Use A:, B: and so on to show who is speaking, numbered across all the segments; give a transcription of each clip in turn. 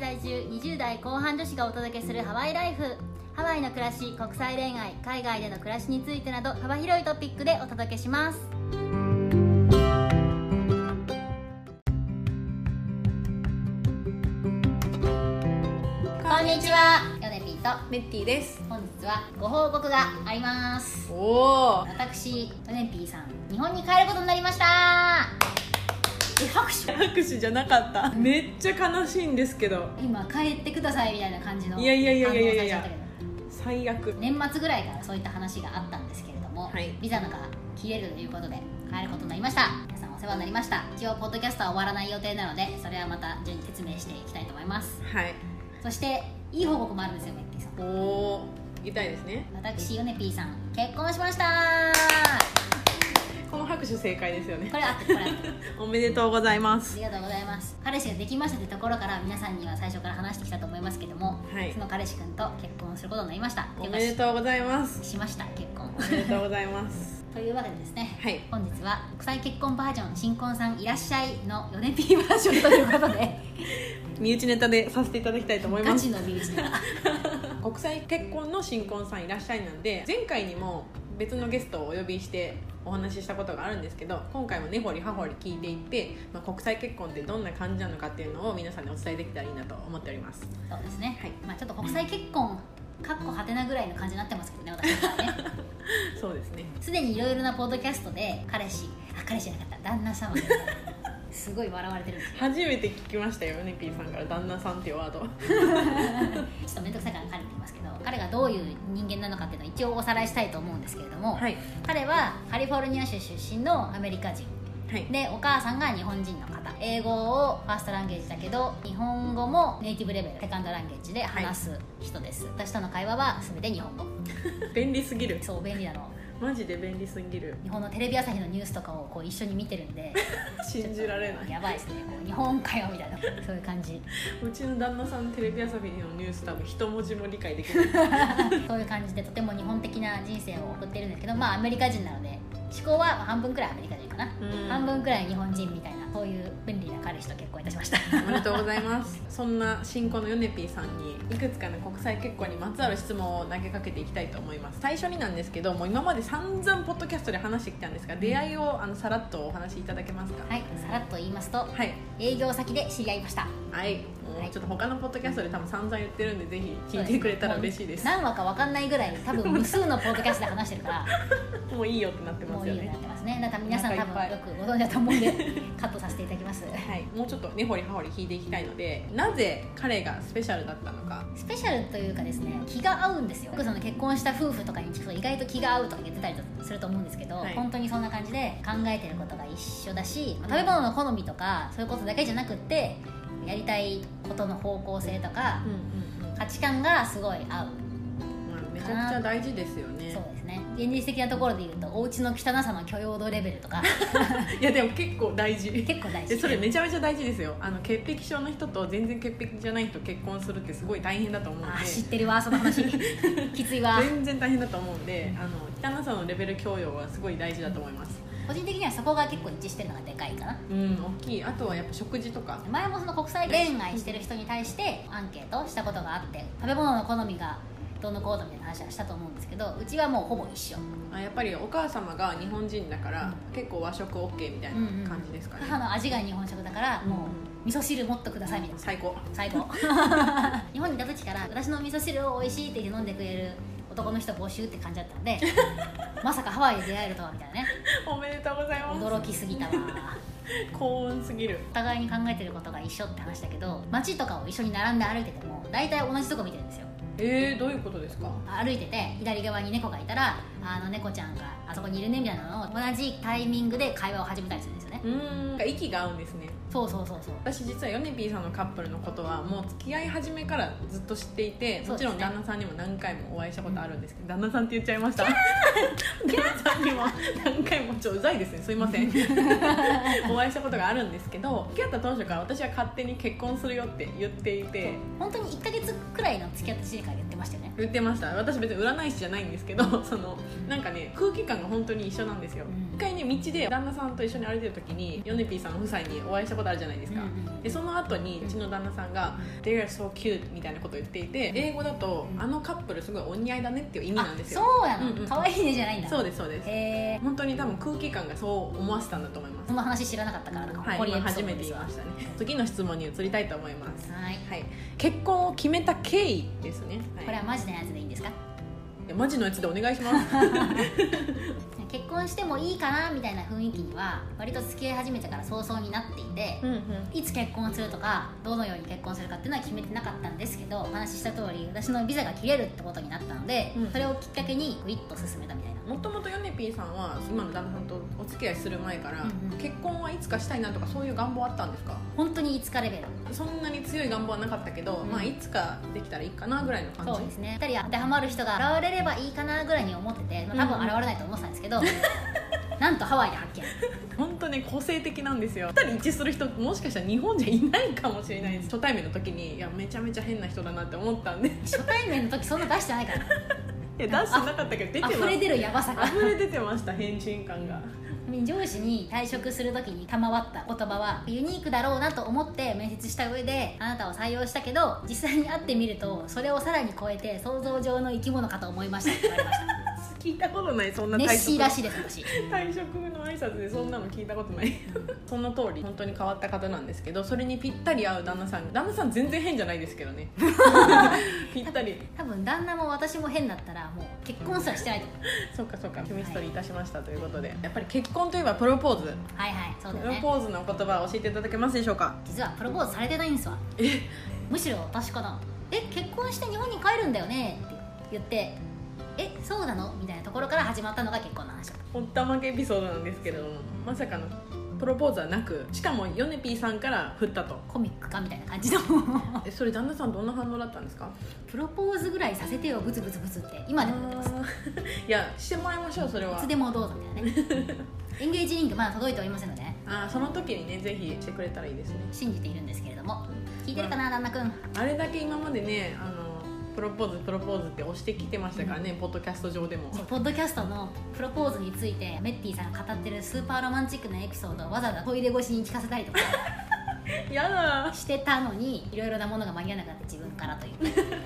A: 20代後半女子がお届けするハワイライフハワイの暮らし国際恋愛海外での暮らしについてなど幅広いトピックでお届けしますこんにちはヨネピーと
B: メッティです
A: 本日はご報告があります
B: おお
A: 私ヨネピーさん日本に帰ることになりましたえ拍手
B: 拍手じゃなかっためっちゃ悲しいんですけど
A: 今帰ってくださいみたいな感じの
B: いやいやいやいやいやいや
A: 反応されちゃったけ
B: 最
A: ど
B: 悪
A: 年末ぐらいからそういった話があったんですけれども、
B: はい
A: ビザのが切れるということで帰ることになりました皆さんお世話になりました一応ポッドキャストは終わらない予定なのでそれはまた順に説明していきたいと思います
B: はい
A: そしていい報告もあるんですよメッキーさん
B: おお痛いですね
A: 私ヨネピーさん結婚しました
B: この拍手正解ですよね
A: これあってるこれあってる
B: おめでとうございま
A: あ
B: す
A: りがとうございます彼氏ができましたってところから皆さんには最初から話してきたと思いますけども、
B: はい
A: その彼氏くんと結婚することになりました
B: おめでとうございます
A: しました結婚
B: おめでとうございます
A: というわけでですね
B: はい
A: 本日は国際結婚バージョン新婚さんいらっしゃいのヨネピーバージョンということ で
B: 身内ネタでさせていただきたいと思い
A: ガ
B: ます
A: チの身内では
B: 国際結婚の新婚さんいらっしゃいなんで前回にも別のゲストをお呼びしてお話ししたことがあるんですけど今回も根掘り葉掘り聞いていって、まあ、国際結婚ってどんな感じなのかっていうのを皆さんにお伝えできたらいいなと思っております
A: そうですね、
B: はい
A: まあ、ちょっと国際結婚かっこはてなぐらいの感じになってますけどね私はね
B: そうですね
A: すでにいろいろなポッドキャストで彼氏あ彼氏じゃなかった旦那様 すごい笑われてるんですよ
B: 初めて聞きましたよねピーさんから「旦那さん」っていうワード
A: ちょっと面倒くさいから彼に言いますけど彼がどういう人間なのかっていうのを一応おさらいしたいと思うんですけれども、
B: はい
A: 彼はカリフォルニア州出身のアメリカ人
B: はい
A: でお母さんが日本人の方英語をファーストランゲージだけど日本語もネイティブレベルセカンドランゲージで話す人です、私との会話は全て日本語
B: 便利すぎる
A: そう便利なの
B: マジで便利すぎる
A: 日本のテレビ朝日のニュースとかをこう一緒に見てるん で
B: 信じられない
A: やばいですねこう日本かよみたいなそういう感じ
B: うちの旦那さんテレビ朝日のニュース多分一文字も理解できない
A: そういう感じでとても日本的な人生を送ってるんですけどまあアメリカ人なので思考は半分くらいアメリカ人かな
B: うん
A: 半分くらい日本人みたいなそういう便利な彼氏と結婚いたしました
B: おめでとうございますそんな新婚のヨネピーさんにいくつかの国際結婚にまつわる質問を投げかけていきたいと思います最初になんですけどもう今まで散々ポッドキャストで話してきたんですが出会いをあのさらっとお話しいただけますか
A: はいさらっと言いますと
B: はい
A: 営業先で知り合いました
B: はいも
A: はいう
B: ちょっと他のポッドキャストで多分散々言ってるんでぜひ聞いてくれたら嬉しいです
A: 何話か分かんないぐらい多分無数のポッドキャストで話してるから
B: もういいよってなってま
A: もう
B: す
A: いい
B: よ
A: ようにな
B: ね
A: ってますねだから皆さん多
B: お腹
A: 分
B: いっ
A: よくご存知だと思うんでカットさせていただきます
B: はい、もうちょっと根掘り葉掘り聞いていきたいのでなぜ彼がスペシャルだったのか
A: スペシャルというかですね気が合うんですよ僕その結婚した夫婦とかに聞くと意外と気が合うとか言ってたりすると思うんですけど、
B: はい
A: 本当にそんな感じで考えてることが一緒だしまあ食べ物の好みとかそういうことだけじゃなくってやりたいことの方向性とか
B: うんうん
A: 価値観がすごい合う
B: まあ、めちゃくちゃ大事ですよね
A: そうですね現実的なところで言うとお家の汚さの許容度レベルとか
B: いやでも結構大事
A: 結構大
B: で
A: 事
B: それめちゃめちゃ大事ですよあの潔癖症の人と全然潔癖じゃない人結婚するってすごい大変だと思うんで
A: あー知ってるわそ の話きついわ
B: 全然大変だと思うんであの汚さのレベル教養はすごい大事だと思います
A: 個人的にはそこが結構一致してるのがでかいかな
B: うん大きいあとはやっぱ食事とか
A: 前もその国際恋愛してる人に対してアンケートをしたことがあって食べ物の好みがどうのこうのみたいな話はしたと思うんですけどうちはもうほぼ一緒、
B: あやっぱりお母様が日本人だから結構和食 OK みたいな感じですかね、
A: 母の味が日本食だからもう味噌汁持っとくださいみたいな
B: 最高
A: 最高日本にいた時から私の味噌汁を美味しいって言って飲んでくれる男の人募集って感じだった んでまさかハワイで出会えるとはみたいなね
B: おめでとうございます
A: 驚きすぎたわ
B: 幸運すぎる
A: お互いに考えてることが一緒って話だけど街とかを一緒に並んで歩いてても大体同じとこ見てるんですよ
B: えー、どういうことですか
A: 歩いてて左側に猫がいたらあの猫ちゃんがあそこにいるねみたいなのを同じタイミングで会話を始めたりするんですよね
B: うーん息が合うんですね
A: そうそうそうそう
B: 私実はヨネピーさんのカップルのことはもう付き合い始めからずっと知っていてもちろ
A: そうんですね
B: 旦那さんにも何回もお会いしたことあるんですけど旦那さんって言っちゃいました旦那さんにも何回もちょっとうざいですねすいませ んお会いしたことがあるんですけど付き合った当初から私は勝手に結婚するよって言っていて
A: 本当に1ヶ月くらいの付き合った時期から言ってましたよね
B: 言ってました私別に占い師じゃないんですけどそのなんかね空気感が本当に一緒なんですよ、
A: うん
B: 一回ね道で旦那さんと一緒に歩いてる時にヨネピーさん夫妻にお会いしたことあるじゃないですか、
A: うん
B: でその後にうちの旦那さんが「They are so cute」みたいなことを言っていて英語だと「あのカップルすごいお似合いだね」っていう意味
A: あ
B: なんですよ
A: そうやな、
B: うんうん
A: 可愛いねじゃないんだ
B: そうですそうです
A: へえ
B: 本当に多分空気感がそう思わせたんだと思います
A: その話知らなかったからな
B: はい
A: これ
B: 今初めて言いましたね次の質問に移りたいと思います
A: はい
B: はい結婚を決めた経緯ですね、はい、
A: これはマジなやつでいいんですか
B: いやマジのやつでお願いします
A: 結婚してもいいかなみたいな雰囲気には割と付き合い始めてから早々になっていて、
B: うんうん
A: いつ結婚するとかどのように結婚するかっていうのは決めてなかったんですけどお話しした通り私のビザが切れるってことになったので、
B: うん
A: それをきっかけにグイッと進めたみたいな
B: もともとヨネピーさんは今の旦那さんとお付き合いする前から、
A: うんうん
B: 結婚はいつかしたいなとかそういう願望あったんですか
A: 本当にいつかレベル
B: そんなに強い願望はなかったけど、
A: うん
B: まあいつかできたらいいかなぐらいの感じ
A: そうですね2人当てはまる人が現れればいいかなぐらいに思ってて、まあ、
B: う
A: 多
B: ん
A: 分現れないと思ってたんです けど、なんとハワイで発見
B: 本当ね個性的なんですよ2人一致する人もしかしたら日本じゃいないかもしれないです初対面の時にいやめちゃめちゃ変な人だなって思ったんでい
A: 初対面の時そんな出してないから
B: や出してなかったけど出てま
A: 溢れ
B: し
A: 出るヤバさ
B: た
A: が
B: 溢れ出てました変人感が
A: 上司に退職する時に賜った言葉はユニークだろうなと思って面接した上であなたを採用したけど実際に会ってみるとそれをさらに超えて想像上の生き物かと思いましたって言われました
B: 聞いたことないそんな
A: ネッ
B: 退
A: シー
B: 職
A: らしいです私
B: 退職の挨拶でそんなの聞いたことない その通り本当に変わった方なんですけどそれにぴったり合う旦那さん旦那さん全然変じゃないですけどね ぴったり
A: 多分旦那も私も変だったらもう結婚すらしてないと思う
B: そっかそっかケミストリーいたしましたということでやっぱり結婚といえばプロポーズ
A: はいはいそうだ
B: プ
A: よ
B: ロ
A: ね
B: ポーズの言葉を教えていただけますでしょうか
A: 実はプロポーズされてないんですわむしろ私かな「え結婚して日本に帰るんだよね」って言って「えそうなの?」みたいなところから始まったのが結婚の話
B: おったまけエピソードなんですけれどもまさかのプロポーズはなくしかもヨネピーさんから振った と
A: コミックかみたいな感じの
B: えそれ旦那さんどんな反応だったんですか
A: プロポーズぐらいさせてよブツブツブツって今でも言ってます い
B: いやしてもらいましょうそれは
A: つでもどうぞみたいな ねエンゲージリンクまだ届いておりませんので
B: あーその時にねぜひしてくれたらいいですね
A: 信じているんですけれども聞いてるかな旦那くん
B: あれだけ今までねあのプロポーズプロポーズって押してきてましたからね、ポッドキャスト上でも
A: そうポッドキャストのプロポーズについてメッティさんが語ってるスーパーロマンチックなエピソードをわざわざトイレ越しに聞かせた りとか
B: やだ
A: してたのにいろいろなものが間に合わなくなって自分からというっていう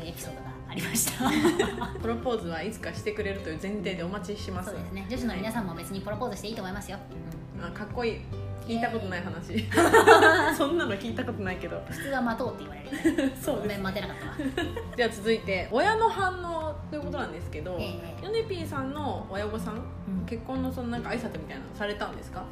A: エピソードがありました
B: プロポーズはいつかしてくれるという前提でお待ちしてます
A: そうですね女子の皆さんも別にプロポーズしていいと思いますよ、
B: あかっこいい聞いたことない話 そんなの聞いたことないけど
A: 普通は待とうって言われるみたいな
B: そう
A: ごめん待てなかったわ
B: じゃあ続いて親の反応ということなんですけど、
A: ええ
B: ヨネピーさんの親御さん結婚のそのなんか挨拶みたいなのされたんですか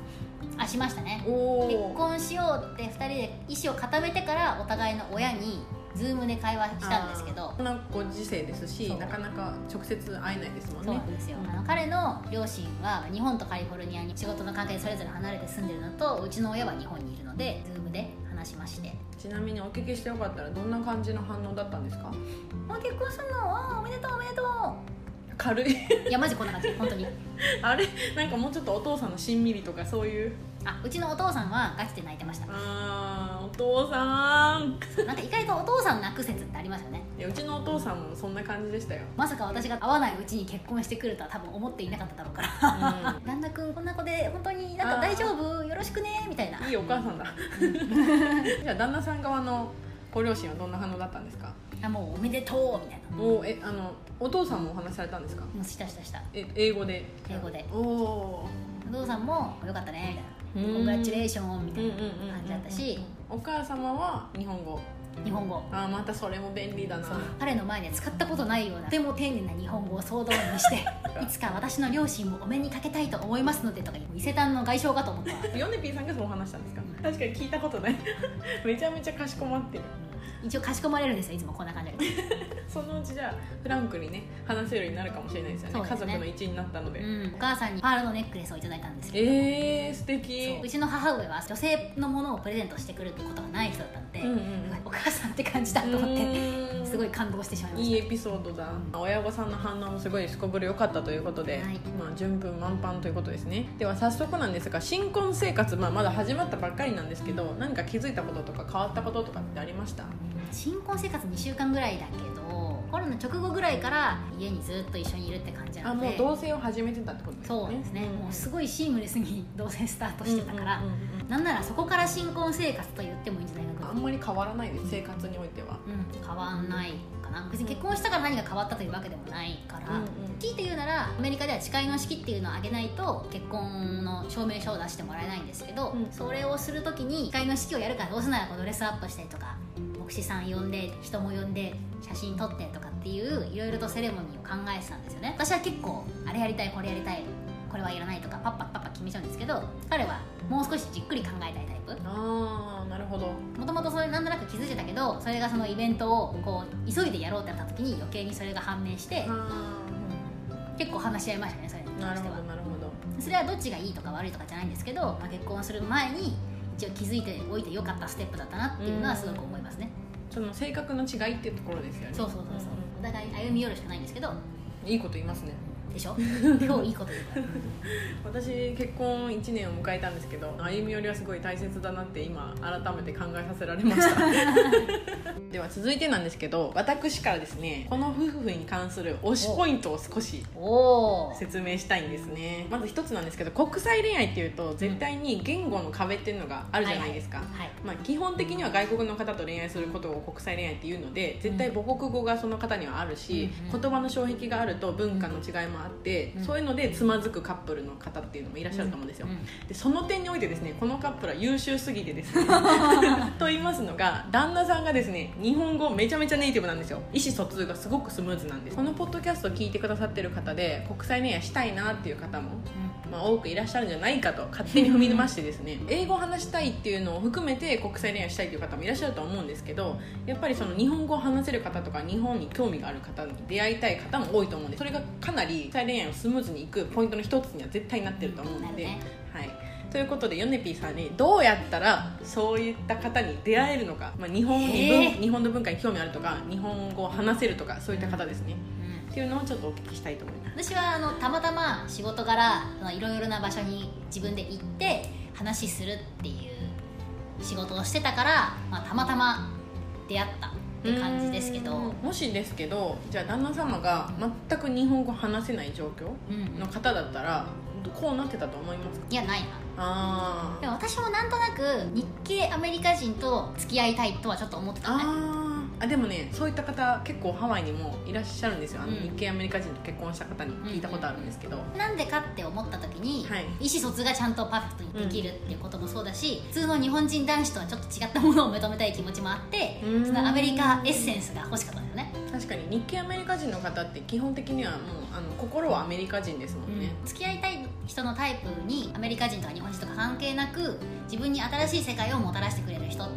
A: あしましたね
B: お
A: 結
B: お
A: 婚しようって2人で意思を固めてからお互いの親にズームで会話したんですけど
B: こんなご時世ですし
A: そう
B: なかなか直接会えないですもん
A: そう
B: ね
A: なんですよ、
B: うん
A: あの彼の両親は日本とカリフォルニアに仕事の関係でそれぞれ離れて住んでるのとうちの親は日本にいるのでズームで話しまして
B: ちなみにお聞きしてよかったらどんな感じの反応だったんですか
A: 「あ結婚するのあおめでとうおめでと
B: 軽い
A: う」いやマジこんな感じ本当に
B: あれなんかもうちょっとお父さんのしんみりとかそういう
A: あうちのお父さんはガチで泣いてました
B: あーお父さん
A: なんか意外とお父さん泣く説ってありますよね
B: いやうちのお父さんもそんな感じでしたよ、
A: まさか私が会わないうちに結婚してくるとは多分思っていなかっただろうから旦那君こんな子で本当になんか大丈夫よろしくねみたいな
B: うんいいお母さ んだじゃあ旦那さん側のご両親はどんな反応だったんですか
A: あもうおめでとうみたいな
B: おえあのお父さんもお話しされたんですか
A: もうしたしたした
B: え英語で
A: 英語で
B: おお
A: お父さんもよかったねみたい
B: うん
A: なコングラチュレーションみ
B: ー
A: たいな感じだったし
B: お母様は日本語
A: 日本語
B: あーまたそれも便利だな
A: そう彼の前で使ったことないようなとても丁寧な日本語を総動員にして いつか私の両親もお目にかけたいと思いますのでとか伊勢丹の外相かと思ったわ
B: ヨネピーさんがそう話したんですか確かに聞いたことない めちゃめちゃかしこまってる
A: 一応かしこまれるんですよいつもこんな感じだけど
B: そのうちじゃあフランクにね話せるようになるかもしれないですよね
A: そうですね
B: 家族の一員になったので、
A: うんお母さんにパールのネックレスをいただいたんですけど
B: えー、素
A: そうう
B: 敵
A: ちの母上は女性のものをプレゼントしてくるってことがない人だったので、
B: うんうん
A: お母さんって感じだと思って
B: うん
A: すごい感動してしまいま
B: いい
A: し
B: エピソードだ親御さんの反応もすごいすこぶる良かったということで、
A: はい
B: まあ、順風満帆ということですねでは早速なんですが新婚生活、まあ、まだ始まったばっかりなんですけど何か気づいたこととか変わったこととかってありました
A: た新婚生活2週間ぐらいだけどコロナ直後ぐらいから家にずっと一緒にいるって感じな
B: あ
A: ので
B: もう同棲を始めてたってことですね
A: そうですね、もうす
B: ぐ
A: ごいシームレスに同棲スタートしてたから、なんならそこから新婚生活と言ってもいいんじゃないか
B: あ
A: な、
B: んまり変わらないです生活においては、
A: うん、変わんないかな別に結婚したから何が変わったというわけでもないから、強いて言うならアメリカでは誓いの式っていうのをあげないと結婚の証明書を出してもらえないんですけど、
B: うん
A: それをする時に誓いの式をやるからどうせならこうドレスアップしてとか牧師さん呼んで人も呼んで写真撮ってとかっていういろいろとセレモニーを考えてたんですよね私は結構あれやりたいこれやりたいこれはいらないとかパッパッパッパ決めちゃうんですけど彼はもう少しじっくり考えたいタイプ
B: ああなるほど
A: もともとそれなんとなく気づいてたけどそれがそのイベントをこう急いでやろうってなった時に余計にそれが判明して、
B: あ
A: 結構話し合いましたねそれに
B: ー
A: 関
B: なる
A: して
B: ほ
A: は
B: どなるほど
A: それはどっちがいいとか悪いとかじゃないんですけど、まあ、結婚する前に一応気づいておいてよかったステップだったなっていうのはすごく思いますね、
B: その性格の違いっていうところですよね
A: そうそうそうそうお互い歩み寄るしかないんですけど
B: うんいいこと言いますね
A: で しょ今日いいこと言うから
B: 私結婚1年を迎えたんですけど歩み寄りはすごい大切だなって今改めて考えさせられましたでは続いてなんですけど私からですねこの夫婦に関する推しポイントを少し
A: おお
B: 説明したいんですねまず一つなんですけど国際恋愛っていうと絶対に言語の壁っていうのがあるじゃないですか、
A: はい
B: まあ、基本的には外国の方と恋愛することを国際恋愛っていうので絶対母国語がその方にはあるし、
A: うんうん
B: 言葉の障壁があると文化の違いもあって、
A: うん
B: そういうのでつまずくカップルの方っていうのもいらっしゃると思うんですよ、
A: うん
B: でその点においてですねこのカップルは優秀すぎてです ねと言いますのが旦那さんがですね日本語めちゃめちゃネイティブなんですよ意思疎通がすごくスムーズなんですこのポッドキャストを聞いてくださってる方で国際恋愛したいなっていう方もまあ、多くいらっしゃるんじゃないかと勝手に踏み出ましてですね英語を話したいっていうのを含めて国際恋愛したいという方もいらっしゃると思うんですけどやっぱりその日本語を話せる方とか日本に興味がある方に出会いたい方も多いと思うんですそれがかなり国際恋愛をスムーズにいくポイントの一つには絶対なってると思う
A: な
B: の
A: る
B: で、
A: ね
B: はい、ということでヨネピーさんにどうやったらそういった方に出会えるのか、まあ、日本に
A: へ
B: 文
A: ー
B: 日本の文化に興味あるとか日本語を話せるとかそういった方ですね
A: うん
B: っていうのをちょっとお聞きしたいと思います
A: 私はあのたまたま仕事からいろいろな場所に自分で行って話するっていう仕事をしてたから、まあ、たまたま出会ったって感じですけど、
B: うーんもしですけどじゃあ旦那様が全く日本語話せない状況
A: うん
B: の方だったらこうなってたと思いますか
A: いやないな
B: あ
A: で
B: ー
A: も私もなんとなく日系アメリカ人と付き合いたいとはちょっと思ってたね
B: あーあでもねそういった方結構ハワイにもいらっしゃるんですよあの
A: うん
B: 日系アメリカ人と結婚した方に聞いたことあるんですけど、
A: なんでかって思った時に、
B: はい
A: 意思疎通がちゃんとパーフェクトにできるっていうこともそうだし、普通の日本人男子とはちょっと違ったものを求めたい気持ちもあって
B: うーん
A: そのアメリカエッセンスが欲しかったんだよね
B: 確かに日系アメリカ人の方って基本的にはもうあの心はアメリカ人ですもんね、
A: 付き合いたい人のタイプにアメリカ人とか日本人とか関係なく自分に新しい世界をもたらしてくれる人っ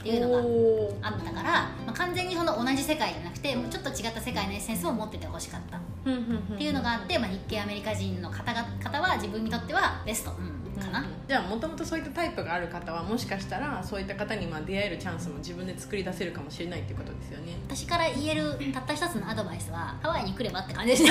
A: ていうのが
B: おー
A: あったから、まあ完全にその同じ世界じゃなくてちょっと違った世界のエッセンスを持っててほしかったっ
B: ふんふんふん
A: ていうのがあって、まあ、日系アメリカ人の方が方は自分にとってはベスト、うんかな、
B: じゃあもともとそういったタイプがある方はもしかしたらそういった方にまあ出会えるチャンスも自分で作り出せるかもしれないっていうことですよね
A: 私から言えるたった一つのアドバイスはハワイに来ればって感じです ね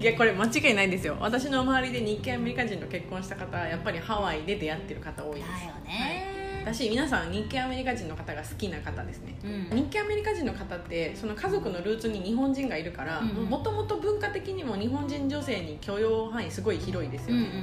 B: いやこれ間違いないんですよ私の周りで日系アメリカ人と結婚した方はやっぱりハワイで出会ってる方多い
A: だ
B: で
A: よ
B: す
A: ね、
B: 私皆さん日系アメリカ人の方が好きな方ですね
A: うん
B: 日系アメリカ人の方ってその家族のルーツに日本人がいるから
A: うんうん
B: もともと文化的にも日本人女性に許容範囲すごい広いです
A: うん
B: よ
A: うん
B: ね、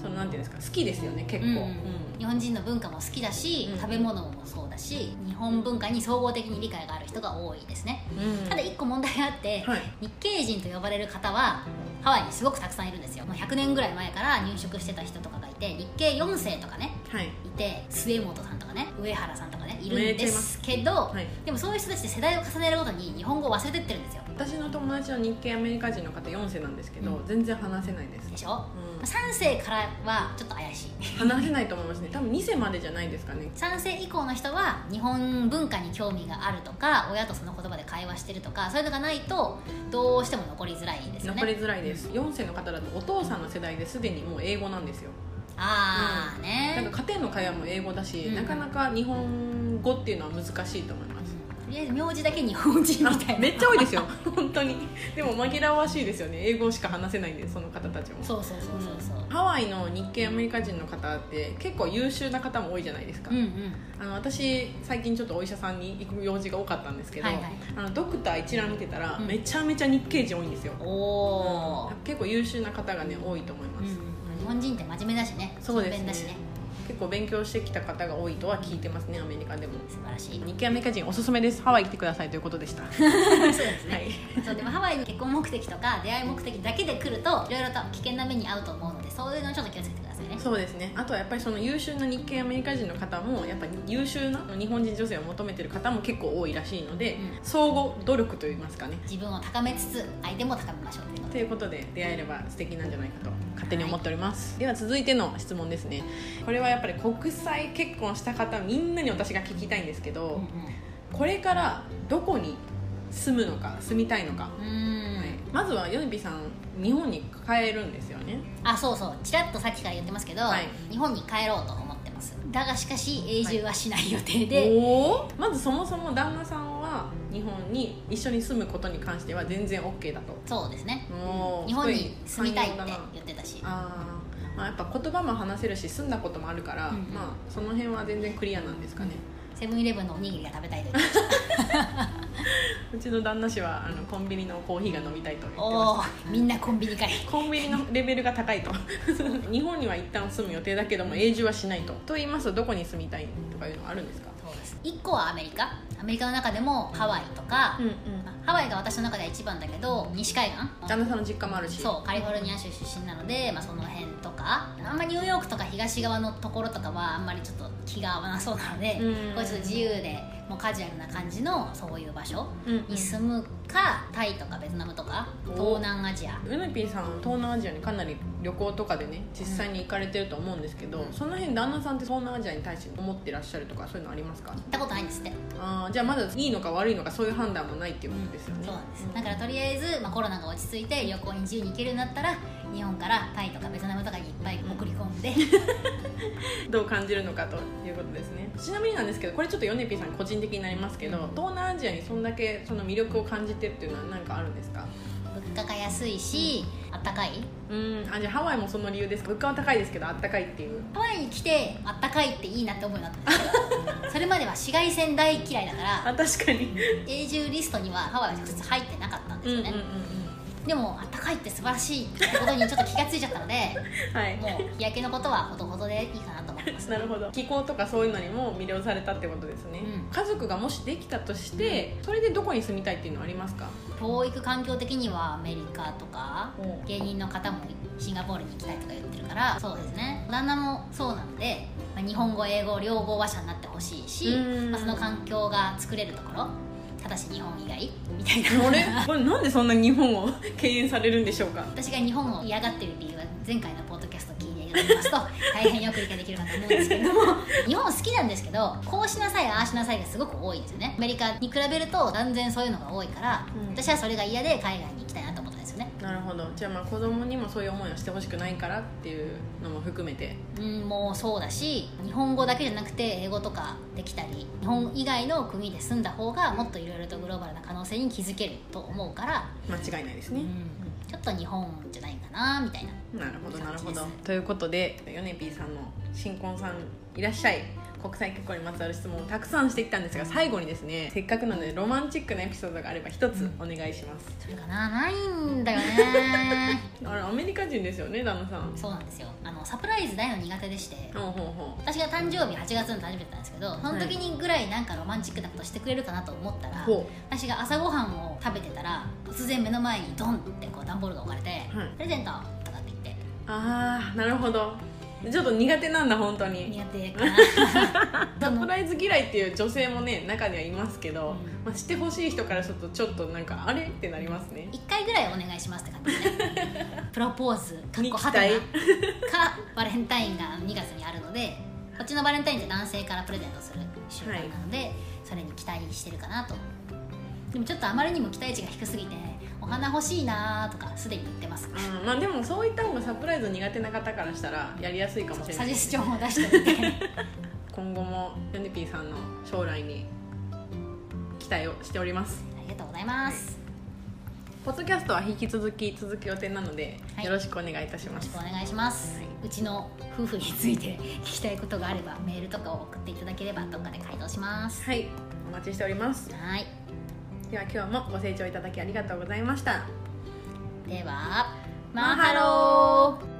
B: そのなんていうんですか好きですよね結
A: う
B: 構、
A: ん、うん
B: うん
A: 日本人の文化も好きだし、
B: うん
A: 食べ物もそうだし日本文化に総合的に理解がある人が多いですね
B: うん
A: ただ一個問題があって、
B: はい
A: 日系人と呼ばれる方はハワイにすごくたくさんいるんですよもう100年ぐらい前から入植してた人とかがいて日系4世とかね
B: はい
A: いて末本さんとかね上原さんとかねいるんですけど、
B: はい
A: でもそういう人たちって世代を重ねるごとに日本語を忘れてってるんですよ
B: 私の友達の日系アメリカ人の方4世なんですけど、
A: うん
B: 全然話せないです、
A: でしょ
B: う
A: 3世からはちょっと怪しい
B: ん、話せないと思いますね多分2世までじゃないですかね
A: 3世以降の人は日本文化に興味があるとか親とその言葉で会話してるとかそういうのがないとどうしても残りづらいですよね
B: 残りづらいです4世の方だとお父さんの世代ですでにもう英語なんですよ
A: ああね、
B: なんか家庭の会話も英語だし、
A: うん
B: なかなか日本語っていうのは難しいと思います、
A: うんりあえず名字だけ日本人みたいな
B: めっちゃ多いですよ本当にでも紛らわしいですよね英語しか話せないんでその方たちも
A: そうそうそうそうそう、
B: ハワイの日系アメリカ人の方って結構優秀な方も多いじゃないですか、
A: うんうん
B: あの私最近ちょっとお医者さんに行く用事が多かったんですけど、
A: はいはい
B: あのドクター一覧見てたら
A: うん
B: めちゃめちゃ日系人多いんですよ、
A: おおー、
B: 結構優秀な方がね多いと思いま
A: うん
B: す、
A: うん日本人って真面目だしね
B: そうです
A: 勤勉
B: ね
A: だしね
B: 結構勉強してきた方が多いとは聞いてますねアメリカでも
A: 素晴らしい
B: 日系アメリカ人おすすめですハワイ来てくださいということで したは
A: そうですね、
B: い
A: そうでもハワイに結婚目的とか出会い目的だけで来るといろいろと危険な目に遭うと思うのでそういうのちょっと気をつけてくださいね
B: そうですねあとはやっぱりその優秀な日系アメリカ人の方もやっぱり優秀な日本人女性を求めてる方も結構多いらしいので、
A: う
B: 相互努力といいますかね
A: 自分を高めつつ相手も高めましょうということ
B: と
A: で
B: いうことで出会えれば素敵なんじゃないかと勝手に思っております、では続いての質問ですねこれはやっぱり国際結婚した方みんなに私が聞きたいんですけど、これからどこに住むのか住みたいのか、
A: うんうん、
B: はいまずはヨネピさん日本に帰るんですよね
A: あそうそうちらっとさっきから言ってますけど、
B: はい
A: 日本に帰ろうと思ってますだがしかし永住はしない予定で、
B: おーまずそもそも旦那さんは日本に一緒に住むことに関しては全然 OK だと
A: そうですね
B: おー
A: 日本に
B: すご
A: 住みたいって
B: 寛容だな
A: 言ってたし
B: あー、まあやっぱ言葉も話せるし住んだこともあるから、
A: うんうん
B: まあその辺は全然クリアなんですかね、
A: セブンイレブンのおにぎりが食べたいと 言ってまし
B: うちの旦那氏はあのコンビニのコーヒーが飲みたいと言って
A: た
B: ま
A: おおみんなコンビニかい
B: すコンビニのレベルが高いと 日本には一旦住む予定だけども永住はしないとと言いますとどこに住みたいとかいうのはあるんですか
A: そうです1個はアメリカアメリカの中でもハワイとか、
B: んうん
A: まあハワイが私の中では一番だけど西海岸
B: 旦那さんの実家もあるし
A: そうカリフォルニア州出身なので、まあ、その辺とかあんまニューヨークとか東側のところとかはあんまりちょっと気が合わなそうなので、
B: うん
A: これちょっと自由でもうカジュアルな感じのそういう場所
B: うんうん
A: に住むか、タイとかベトナムとか
B: お
A: 東南アジア
B: うぬぴーさんは東南アジアにかなり旅行とかでね実際に行かれてると思うんですけど、
A: うん
B: その辺旦那さんって東南アジアに対して思ってらっしゃるとかそういうのありますか
A: 行ったことないんですって
B: あーじゃあまだいいのか悪いのかそういう判断もないっていうことですよね、
A: そうなんですだからとりあえず、まあ、コロナが落ち着いて旅行に自由に行けるようになったら日本からタイとかベトナムとかにいっぱい送り込んで、
B: どう感じるのかということですねちなみになんですけどこれちょっとヨネピーさん個人的になりますけど東南アジアにそんだけその魅力を感じてっていうのは何かあるんですか
A: 物価が安いし、あったかい
B: うんあじゃあハワイもその理由ですか物価は高いですけどあったかいっていう
A: ハワイに来てあったかいっていいなって思うようになったそれまでは紫外線大嫌いだから
B: あ確かに
A: 永住リストにはハワイは直接入ってなかったんで
B: うん
A: す
B: うんう
A: よ
B: んう
A: ね、
B: ん
A: でもあったかいって素晴らしいってことにちょっと気がついちゃったので
B: はい
A: もう日焼けのことはほどほどでいいかなと思ってます
B: なるほど気候とかそういうのにも魅了されたってことですね、
A: うん
B: 家族がもしできたとして、それでどこに住みたいっていうのはありますか
A: 教育環境的にはアメリカとか
B: うん
A: 芸人の方もシンガポールに行きたいとか言ってるからそうですね旦那もそうなので、まあ、日本語英語両語話者になってほしいし
B: うん、
A: まあ、その環境が作れるところただし日本以外みたい な
B: あれこれなんでそんな日本を敬遠されるんでしょうか
A: 私が日本を嫌がってる理由は前回のポッドキャストを聞いていただ きますと大変よく理解できるかと思うんですけれども日本好きなんですけどこうしなさいああしなさいがすごく多いんですよねアメリカに比べると断然そういうのが多いから、
B: うん
A: 私はそれが嫌で海外に行きたいなと思ったんですよね
B: なるほどじゃあまあ子供にもそういう思いをしてほしくないからっていうのも含めて
A: うんもうそうだし日本語だけじゃなくて英語とかできたり日本以外の国で住んだ方がもっといろいろとグローバルな可能性に気づけると思うから、
B: 間違いないです
A: う
B: ね、
A: ん、ちょっと日本じゃないかなみたいな
B: なるほどなるほ
A: いい
B: ど
A: 感じです
B: ということでヨネピーさんの新婚さんいらっしゃい国際結婚にまつわる質問をたくさんしてきたんですが最後にですねせっかくなのでロマンチックなエピソードがあれば一つお願いします、
A: それかなないんだよね
B: あれアメリカ人ですよね旦那さん
A: そうなんですよあのサプライズ大の苦手でして
B: ほうほうほ
A: 私が誕生日8月の誕生日だったんですけどその時にぐらいなんかロマンチックなことしてくれるかなと思った
B: う
A: ら、
B: ほ
A: 私が朝ごはんを食べてたら突然目の前にドンってこう段ボールが置かれて「
B: はい
A: プレゼント!」とかって言って
B: うああなるほどちょっと苦手なんだ本当に
A: 苦手かな
B: サプライズ嫌いっていう女性もね中にはいますけど、
A: うん
B: まあ、してほしい人からするとちょっとなんかあれってなりますね
A: 1回ぐらいお願いしますって感じです ねプロポーズかっこ
B: に期
A: は
B: 待
A: て なかバレンタインが2月にあるのでこっちのバレンタインって男性からプレゼントする習慣なので、それに期待してるかなとでもちょっとあまりにも期待値が低すぎてお花欲しいなーとかすでに言ってます
B: うんまあでもそういった方がサプライズ苦手な方からしたらやりやすいかもしれな
A: サ
B: い
A: ジェスチョンを出 してみて
B: 今後もヨネピーさんの将来に期待をしております
A: ありがとうございます、
B: ポッドキャストは引き続き続く予定なので、
A: はい
B: よろしくお願いいたしま
A: よろ
B: す
A: しくお願いします、
B: はいう
A: ちの夫婦について聞きたいことがあればメールとかを送っていただければどっかで回答します
B: はいお待ちしております
A: はい
B: では今日もご清聴いただきありがとうございました
A: では
B: マ
A: マ
B: ハ
A: ハ
B: ロ
A: ロー